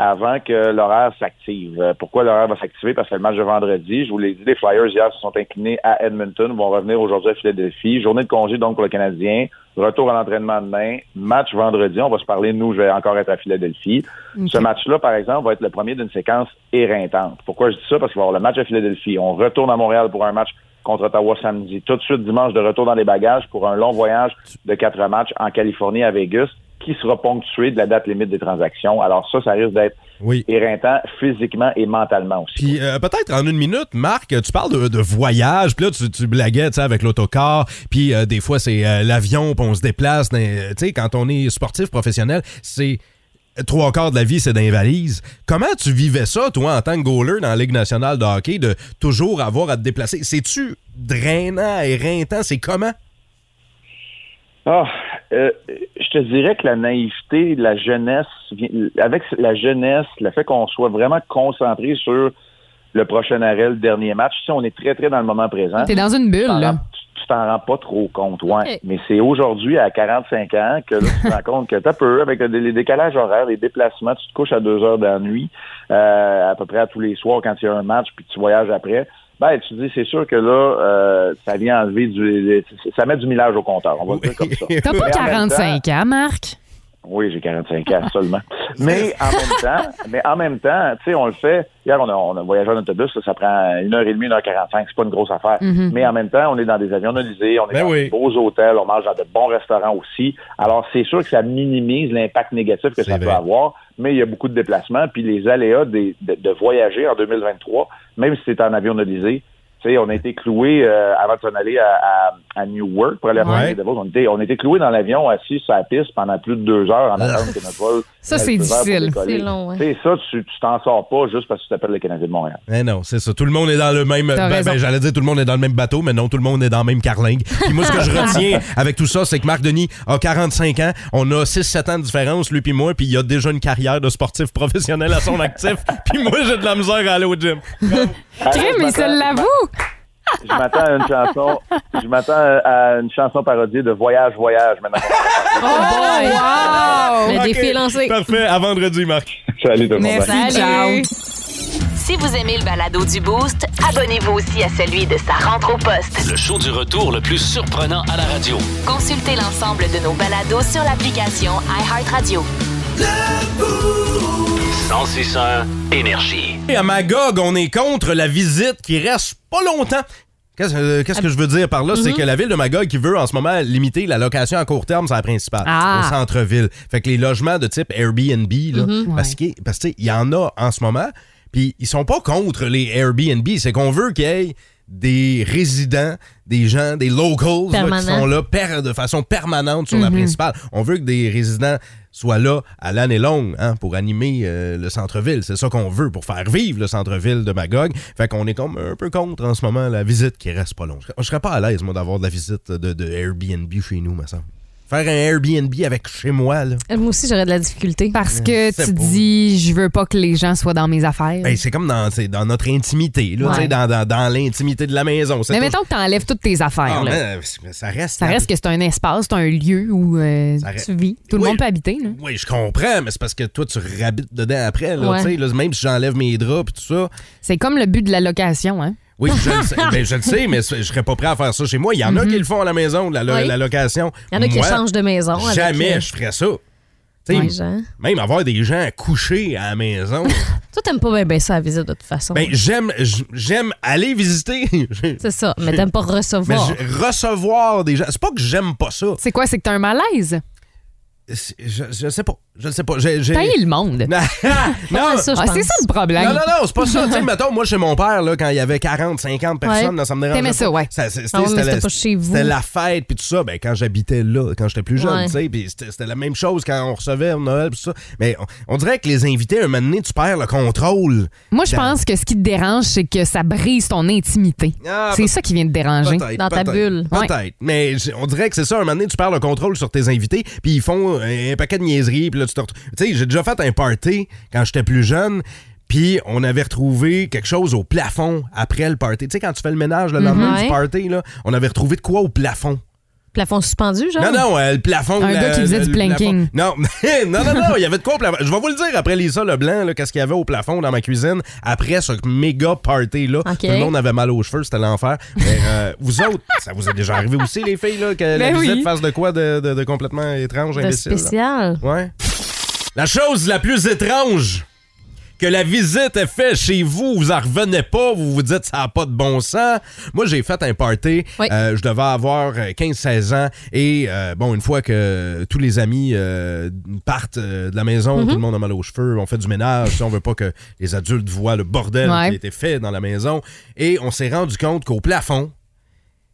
Speaker 12: avant que l'horaire s'active. Euh, Pourquoi l'horaire va s'activer? Parce que le match de vendredi, je vous l'ai dit, les Flyers hier se sont inclinés à Edmonton, vont revenir aujourd'hui à Philadelphie. Journée de congé donc pour le Canadien. Retour à l'entraînement demain. Match vendredi. On va se parler, nous, je vais encore être à Philadelphie.
Speaker 13: Ok.
Speaker 12: Ce match-là, par exemple, va être le premier d'une séquence éreintante. Pourquoi je dis ça? Parce qu'il va y avoir le match à Philadelphie. On retourne à Montréal pour un match contre Ottawa samedi. Tout de suite, dimanche, de retour dans les bagages pour un long voyage de quatre matchs en Californie à Vegas qui sera ponctué de la date limite des transactions. Alors ça, ça risque d'être éreintant physiquement et mentalement aussi.
Speaker 7: Puis euh, peut-être en une minute, Marc, tu parles de, de voyage, puis là tu, tu blaguais tu sais, avec l'autocar, puis euh, des fois c'est euh, l'avion, puis on se déplace. dans- euh, Tu sais, quand on est sportif professionnel, c'est euh, trois quarts de la vie, c'est dans les valises. Comment tu vivais ça, toi, en tant que goaler dans la Ligue nationale de hockey, de toujours avoir à te déplacer? C'est-tu drainant, éreintant? C'est comment?
Speaker 12: Ah, euh, je te dirais que la naïveté, la jeunesse, vient- avec la jeunesse, le fait qu'on soit vraiment concentré sur le prochain arrêt, le dernier match, si on est très, très dans le moment présent.
Speaker 6: T'es dans une bulle,
Speaker 12: Tu t'en
Speaker 6: là.
Speaker 12: rends- tu- Tu t'en rends pas trop compte, ouais.
Speaker 6: Ok.
Speaker 12: Mais c'est aujourd'hui, à 45 ans, que là, tu te rends compte que t'as peu, avec le- les décalages horaires, les déplacements, tu te couches à deux heures de la nuit, euh, à peu près à tous les soirs quand il y a un match, puis tu voyages après. Ben, tu te dis, c'est sûr que là, euh, ça vient enlever du... Ça met du millage au compteur, on va le dire comme ça.
Speaker 6: T'as
Speaker 12: Mais en
Speaker 6: pas
Speaker 12: même temps-
Speaker 6: 45 ans, Marc?
Speaker 12: oui, j'ai 45 ans seulement. Mais en même temps, mais en même temps, tu sais, on le fait. Hier, on a, on a voyagé en autobus, là, ça prend une heure et demie, une heure 45, c'est pas une grosse affaire.
Speaker 13: Mhm.
Speaker 12: Mais en même temps, on est dans des avions analysés, on est dans de beaux hôtels, on mange dans de bons restaurants aussi. Alors, c'est sûr que ça minimise l'impact négatif que ça peut avoir, mais il y a beaucoup de déplacements, puis les aléas des- de, de voyager en 2023, même si c'est en avion analysé, tu sais, on a été cloués euh, avant de s'en aller à, à, à Newark pour aller
Speaker 13: Ouais.
Speaker 12: à on était, on était cloués dans l'avion assis sur la piste pendant plus de deux heures
Speaker 7: Ah.
Speaker 12: en attendant que notre
Speaker 11: (laughs)
Speaker 12: vol.
Speaker 7: Ça, c'est
Speaker 12: le feu vert pour
Speaker 7: difficile.
Speaker 12: décoller.
Speaker 7: C'est long, ouais.
Speaker 12: Tu sais, ça, tu tu t'en sors pas juste parce que tu t'appelles le Canadien de Montréal.
Speaker 7: Eh non, c'est ça. Tout le monde est dans le même.
Speaker 12: T'as
Speaker 7: ben,
Speaker 12: raison.
Speaker 7: ben, j'allais dire tout le monde est dans le même bateau, mais non, tout le monde est dans le même carlingue. Puis moi, ce
Speaker 11: (laughs)
Speaker 7: que je retiens avec tout ça, c'est que Marc Denis a 45 ans, on a 6-7 ans de différence, lui puis moi, puis il a déjà une carrière de sportif professionnel à son actif. (laughs) Puis moi, j'ai de la misère à aller au gym.
Speaker 6: Crime, il se l'avoue!
Speaker 12: Ah, Je m'attends à une chanson, je m'attends à une chanson parodie de Voyage, Voyage maintenant.
Speaker 11: Oh, boy! Le
Speaker 7: Ok,
Speaker 11: défi est lancé.
Speaker 7: Parfait. À vendredi, Marc.
Speaker 12: Salut tout le
Speaker 11: Merci.
Speaker 12: monde.
Speaker 11: Ciao.
Speaker 1: Si vous aimez le balado du Boost, abonnez-vous aussi à celui de sa rentre au poste.
Speaker 2: Le show du retour le plus surprenant à la radio.
Speaker 1: Consultez l'ensemble de nos balados sur l'application iHeartRadio.
Speaker 2: 1061 Énergie.
Speaker 7: Et à Magog, on est contre la visite qui reste pas longtemps. Mm-hmm. Qu'est-ce euh, qu'est-ce que je veux dire par là? C'est
Speaker 13: Mhm.
Speaker 7: que la ville de Magog qui veut en ce moment limiter la location à court terme, c'est la principale,
Speaker 13: Ah.
Speaker 7: au centre-ville. Fait que les logements de type Airbnb, là,
Speaker 13: Mhm.
Speaker 7: parce qu'il parce que, tu sais, il y en a en ce moment, puis ils sont pas contre les Airbnb. C'est qu'on veut qu'il y ait des résidents, des gens, des locals là, qui
Speaker 13: Permanent.
Speaker 7: sont là per- de façon permanente sur la
Speaker 6: Mm-hmm.
Speaker 13: Mhm.
Speaker 7: principale. On veut que des résidents soient là à l'année longue hein, pour animer euh, le centre-ville. C'est ça qu'on veut pour faire vivre le centre-ville de Magog. Fait qu'on est comme un peu contre en ce moment la visite qui reste pas longue. Je serais- Je serais pas à l'aise, moi, d'avoir de la visite de, de Airbnb chez nous, me semble. Faire un Airbnb avec chez moi, là.
Speaker 11: Euh, Moi aussi, j'aurais de la difficulté.
Speaker 6: Parce que
Speaker 7: C'est
Speaker 6: tu
Speaker 7: beau.
Speaker 6: dis, je veux pas que les gens soient dans mes affaires.
Speaker 7: Ben, c'est comme dans, c'est dans notre intimité, là,
Speaker 6: Mm. Ouais.
Speaker 7: tu sais, dans, dans- dans l'intimité de la maison. C'est
Speaker 6: Mais
Speaker 7: toujours-
Speaker 6: mettons que t'enlèves toutes tes affaires.
Speaker 7: Ah,
Speaker 6: là.
Speaker 7: man, ça reste.
Speaker 6: Ça reste que c'est un espace, c'est un lieu où euh,
Speaker 7: reste-
Speaker 6: tu vis. Tout le monde peut habiter. là.
Speaker 7: Oui, je comprends, mais c'est parce que toi, tu rabites dedans après. Là,
Speaker 6: Ouais.
Speaker 7: tu sais, là, même si j'enlève mes draps et tout ça.
Speaker 6: C'est comme le but de la location. Hein?
Speaker 7: Oui, je
Speaker 11: (laughs)
Speaker 7: le sais, ben, je le sais, mais je serais pas prêt à faire ça chez moi. Il y en a qui le font à la maison, la, lo-
Speaker 11: Mhm. Oui.
Speaker 7: la location.
Speaker 11: Il y en a qui
Speaker 7: Moi,
Speaker 11: changent de maison. avec,
Speaker 7: Jamais
Speaker 11: euh,
Speaker 7: je ferais ça. Tu sais,
Speaker 11: Ouais, Jean. (laughs)
Speaker 7: même avoir des gens couchés à la maison,
Speaker 11: Toi, t'aimes pas bien ben ça à la visite de toute façon.
Speaker 7: Ben, j'aime j- j'aime aller visiter. (laughs)
Speaker 11: C'est ça, mais t'aimes pas recevoir.
Speaker 7: Mais je- recevoir des gens. C'est pas que j'aime pas ça.
Speaker 6: C'est quoi? C'est que t'as un malaise?
Speaker 7: C'est- Je, je sais pas. Je sais pas. J'ai, j'ai...
Speaker 6: Tailler le monde.
Speaker 7: (laughs) Non, non.
Speaker 6: ça, je Ah, pense. c'est ça, le problème.
Speaker 7: Non, non, non, c'est pas ça. (laughs) tu sais, mettons, moi, chez mon père, là, quand il y avait 40, 50 personnes,
Speaker 6: Ouais.
Speaker 7: là, ça me dérangeait
Speaker 6: T'aimais ça,
Speaker 7: pas.
Speaker 6: ouais.
Speaker 7: c'était,
Speaker 6: Ah ouais, mais
Speaker 7: c'était la,
Speaker 6: c'était pas chez vous.
Speaker 7: c'était la fête, puis tout ça. Ben, quand j'habitais là, quand j'étais plus jeune,
Speaker 6: Ouais.
Speaker 7: tu sais, puis c'était, c'était la même chose quand on recevait Noël, puis tout ça. Mais on, on dirait que les invités, un moment donné, tu perds le contrôle.
Speaker 6: Moi, je
Speaker 7: Dans-
Speaker 6: pense que ce qui te dérange, c'est que ça brise ton intimité.
Speaker 7: Ah,
Speaker 6: c'est
Speaker 7: peut-
Speaker 6: ça qui vient te déranger.
Speaker 7: Peut-être, peut-être, Peut-être.
Speaker 6: Ouais.
Speaker 7: Mais j- on dirait que c'est ça, un moment donné, tu perds le contrôle sur tes invités, puis ils font un paquet de niaiseries, puis là, tu te retrouves. Tu sais, j'ai déjà fait un party quand j'étais plus jeune. Puis on avait retrouvé quelque chose au plafond après le party. Tu sais, quand tu fais le ménage le lendemain
Speaker 11: Mhm.
Speaker 7: du party, là, on avait retrouvé de quoi au plafond?
Speaker 11: Plafond suspendu, genre?
Speaker 7: Non, non, euh, le plafond.
Speaker 11: Un
Speaker 7: la-
Speaker 11: gars qui faisait
Speaker 7: le-
Speaker 11: du
Speaker 7: le
Speaker 11: planking.
Speaker 7: plafond. Non, non, non,
Speaker 11: (laughs)
Speaker 7: non, il y avait de quoi au plafond. Je vais vous le dire après Lisa Leblanc, là, qu'est-ce qu'il y avait au plafond dans ma cuisine après ce méga party-là.
Speaker 11: Ok.
Speaker 7: Tout le monde avait mal aux cheveux, c'était l'enfer. Mais euh, vous autres, ça vous est déjà arrivé aussi, les filles, là, que la
Speaker 11: Ben oui.
Speaker 7: visite fasse de quoi de, de- de complètement étrange,
Speaker 11: De
Speaker 7: imbécile? là?
Speaker 11: spécial.
Speaker 7: Ouais. La chose la plus étrange que la visite est faite chez vous, vous en revenez pas, vous vous dites ça n'a pas de bon sens. Moi, j'ai fait un party, Euh, je devais avoir euh, 15-16 ans et euh, bon, une fois que tous les amis euh, partent euh, de la maison,
Speaker 13: Mhm.
Speaker 7: tout le monde a mal aux cheveux, on fait du ménage, tu sais, on veut pas que les adultes voient le bordel
Speaker 13: Ouais.
Speaker 7: qui a été fait dans la maison et on s'est rendu compte qu'au plafond,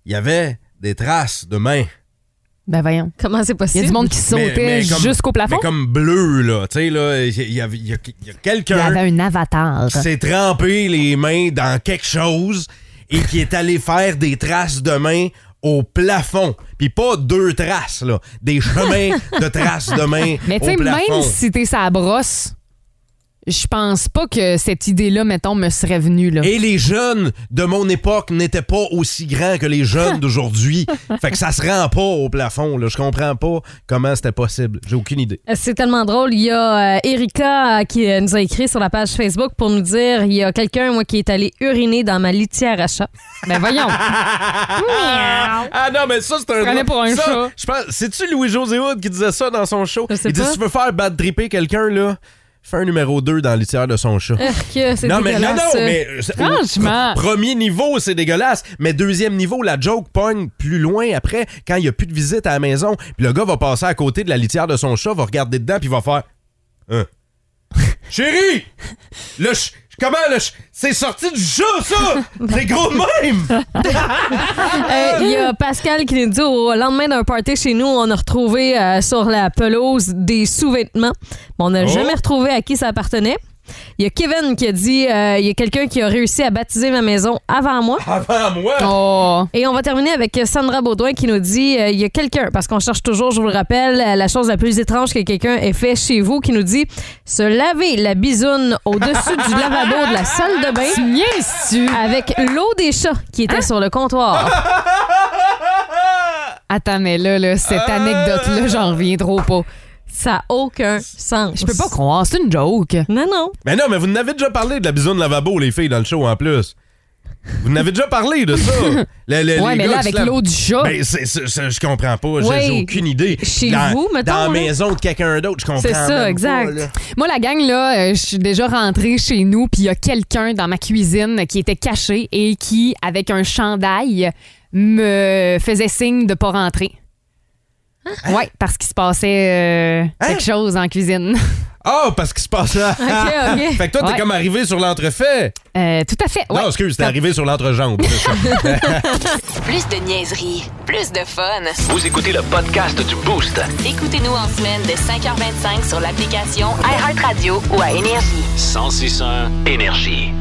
Speaker 7: il y avait des traces de mains.
Speaker 6: Ben voyons.
Speaker 11: Comment c'est possible?
Speaker 6: Il y a du monde qui
Speaker 7: Mais-
Speaker 6: sautait
Speaker 7: mais comme-
Speaker 6: jusqu'au plafond.
Speaker 7: Mais comme bleu, là. Tu sais, là, il y, a- il y a, il y a
Speaker 6: Il y
Speaker 7: quelqu'un
Speaker 6: avait un avatar.
Speaker 7: qui s'est trempé les mains dans quelque chose et qui est allé faire des traces de mains au plafond. Puis pas deux traces, là. Des
Speaker 6: (laughs)
Speaker 7: chemins de traces de mains
Speaker 6: Mais tu
Speaker 7: au
Speaker 6: sais,
Speaker 7: plafond.
Speaker 6: même si t'es sa brosse, je pense pas que cette idée-là, mettons, me serait venue. Là.
Speaker 7: Et les jeunes de mon époque n'étaient pas aussi grands que les jeunes
Speaker 6: (laughs)
Speaker 7: d'aujourd'hui. fait que ça se rend pas au plafond, là. Je comprends pas comment c'était possible. J'ai aucune idée.
Speaker 11: C'est tellement drôle. Il y a euh, Erika euh, qui euh, nous a écrit sur la page Facebook pour nous dire il y a quelqu'un moi qui est allé uriner dans ma litière à chat.
Speaker 7: (laughs)
Speaker 6: Ben voyons.
Speaker 7: Ah non, mais ça, c'est un.
Speaker 6: Prenez pour un
Speaker 7: ça,
Speaker 6: chat.
Speaker 7: Je pense. C'est-tu Louis-José Hood qui disait ça dans son show? Il dit
Speaker 11: pas.
Speaker 7: si tu veux faire bad tripper quelqu'un, là, fais un numéro 2 dans l'itière de son
Speaker 6: Euh,
Speaker 7: chat.
Speaker 11: Urk, c'est
Speaker 7: Non, mais non,
Speaker 11: dégueulasse.
Speaker 7: non, mais. euh, c'est-
Speaker 6: Franchement.
Speaker 7: pr- Premier niveau, c'est dégueulasse. Mais deuxième niveau, la joke pogne plus loin après, quand il n'y a plus de visite à la maison. Puis le gars va passer à côté de la litière de son chat, va regarder dedans, puis va faire.
Speaker 6: (laughs)
Speaker 7: Hein? Chérie! Le ch- Comment le ch- C'est sorti du chat,
Speaker 6: (laughs)
Speaker 7: ça! C'est gros de même!
Speaker 11: Euh, Il y a Pascal qui nous dit
Speaker 6: oh,
Speaker 11: au lendemain d'un party chez nous, on a retrouvé euh, sur la pelouse des sous-vêtements. Mais on n'a
Speaker 14: Oh.
Speaker 11: jamais retrouvé à qui ça appartenait. Il y a Kevin qui a dit euh, il y a quelqu'un qui a réussi à baptiser ma maison avant moi.
Speaker 7: Avant moi!
Speaker 11: Et on va terminer avec Sandra Baudouin qui nous dit euh, il y a quelqu'un, parce qu'on cherche toujours, je vous le rappelle, euh, la chose la plus étrange que quelqu'un ait fait chez vous, qui nous dit se laver la bisoune au-dessus du lavabo de la salle de bain. Avec l'eau des chats qui
Speaker 6: Hein?
Speaker 11: était sur le comptoir.
Speaker 6: Attends, mais là, là cette
Speaker 7: Ah!
Speaker 6: anecdote-là, j'en reviens trop pas.
Speaker 11: Ça a aucun sens.
Speaker 6: Je peux pas croire, c'est une joke.
Speaker 11: Non, non.
Speaker 7: Mais non, mais vous en avez déjà parlé de la bisoune lavabo, les filles, dans le show en plus. Vous en avez déjà parlé
Speaker 6: (laughs)
Speaker 7: de ça. Le- le-
Speaker 6: Ouais,
Speaker 7: les
Speaker 6: mais
Speaker 7: gars qui
Speaker 6: là, avec
Speaker 7: se lavent-
Speaker 6: l'eau du chat.
Speaker 7: Ben, c'est- c'est- c'est- je comprends pas. J'ai
Speaker 6: Ouais.
Speaker 7: j'ai aucune idée.
Speaker 6: Chez
Speaker 7: dans,
Speaker 6: vous, mettons,
Speaker 7: Dans
Speaker 6: là.
Speaker 7: la maison de quelqu'un d'autre, je comprends.
Speaker 6: C'est
Speaker 7: même
Speaker 6: ça,
Speaker 7: pas,
Speaker 6: exact.
Speaker 7: là.
Speaker 6: Moi, la gang, là, euh, je suis déjà rentrée chez nous, puis il y a quelqu'un dans ma cuisine qui était caché et qui, avec un chandail, me faisait signe de pas rentrer.
Speaker 7: Hein?
Speaker 6: Ouais, parce qu'il se passait euh, quelque chose en cuisine.
Speaker 7: Ah, parce qu'il se passe là.
Speaker 6: (laughs) Ok, ok.
Speaker 7: fait que toi, t'es
Speaker 6: Ouais.
Speaker 7: comme arrivé sur l'entrefait.
Speaker 6: Euh, tout à fait. ouais.
Speaker 7: Non, excuse, t'es arrivé sur l'entrejambe.
Speaker 1: Plus de niaiserie, plus de fun.
Speaker 2: Vous écoutez le podcast du Boost.
Speaker 1: Écoutez-nous en semaine de 5h25 sur l'application iHeartRadio ou à Énergie.
Speaker 2: 1061 Énergie.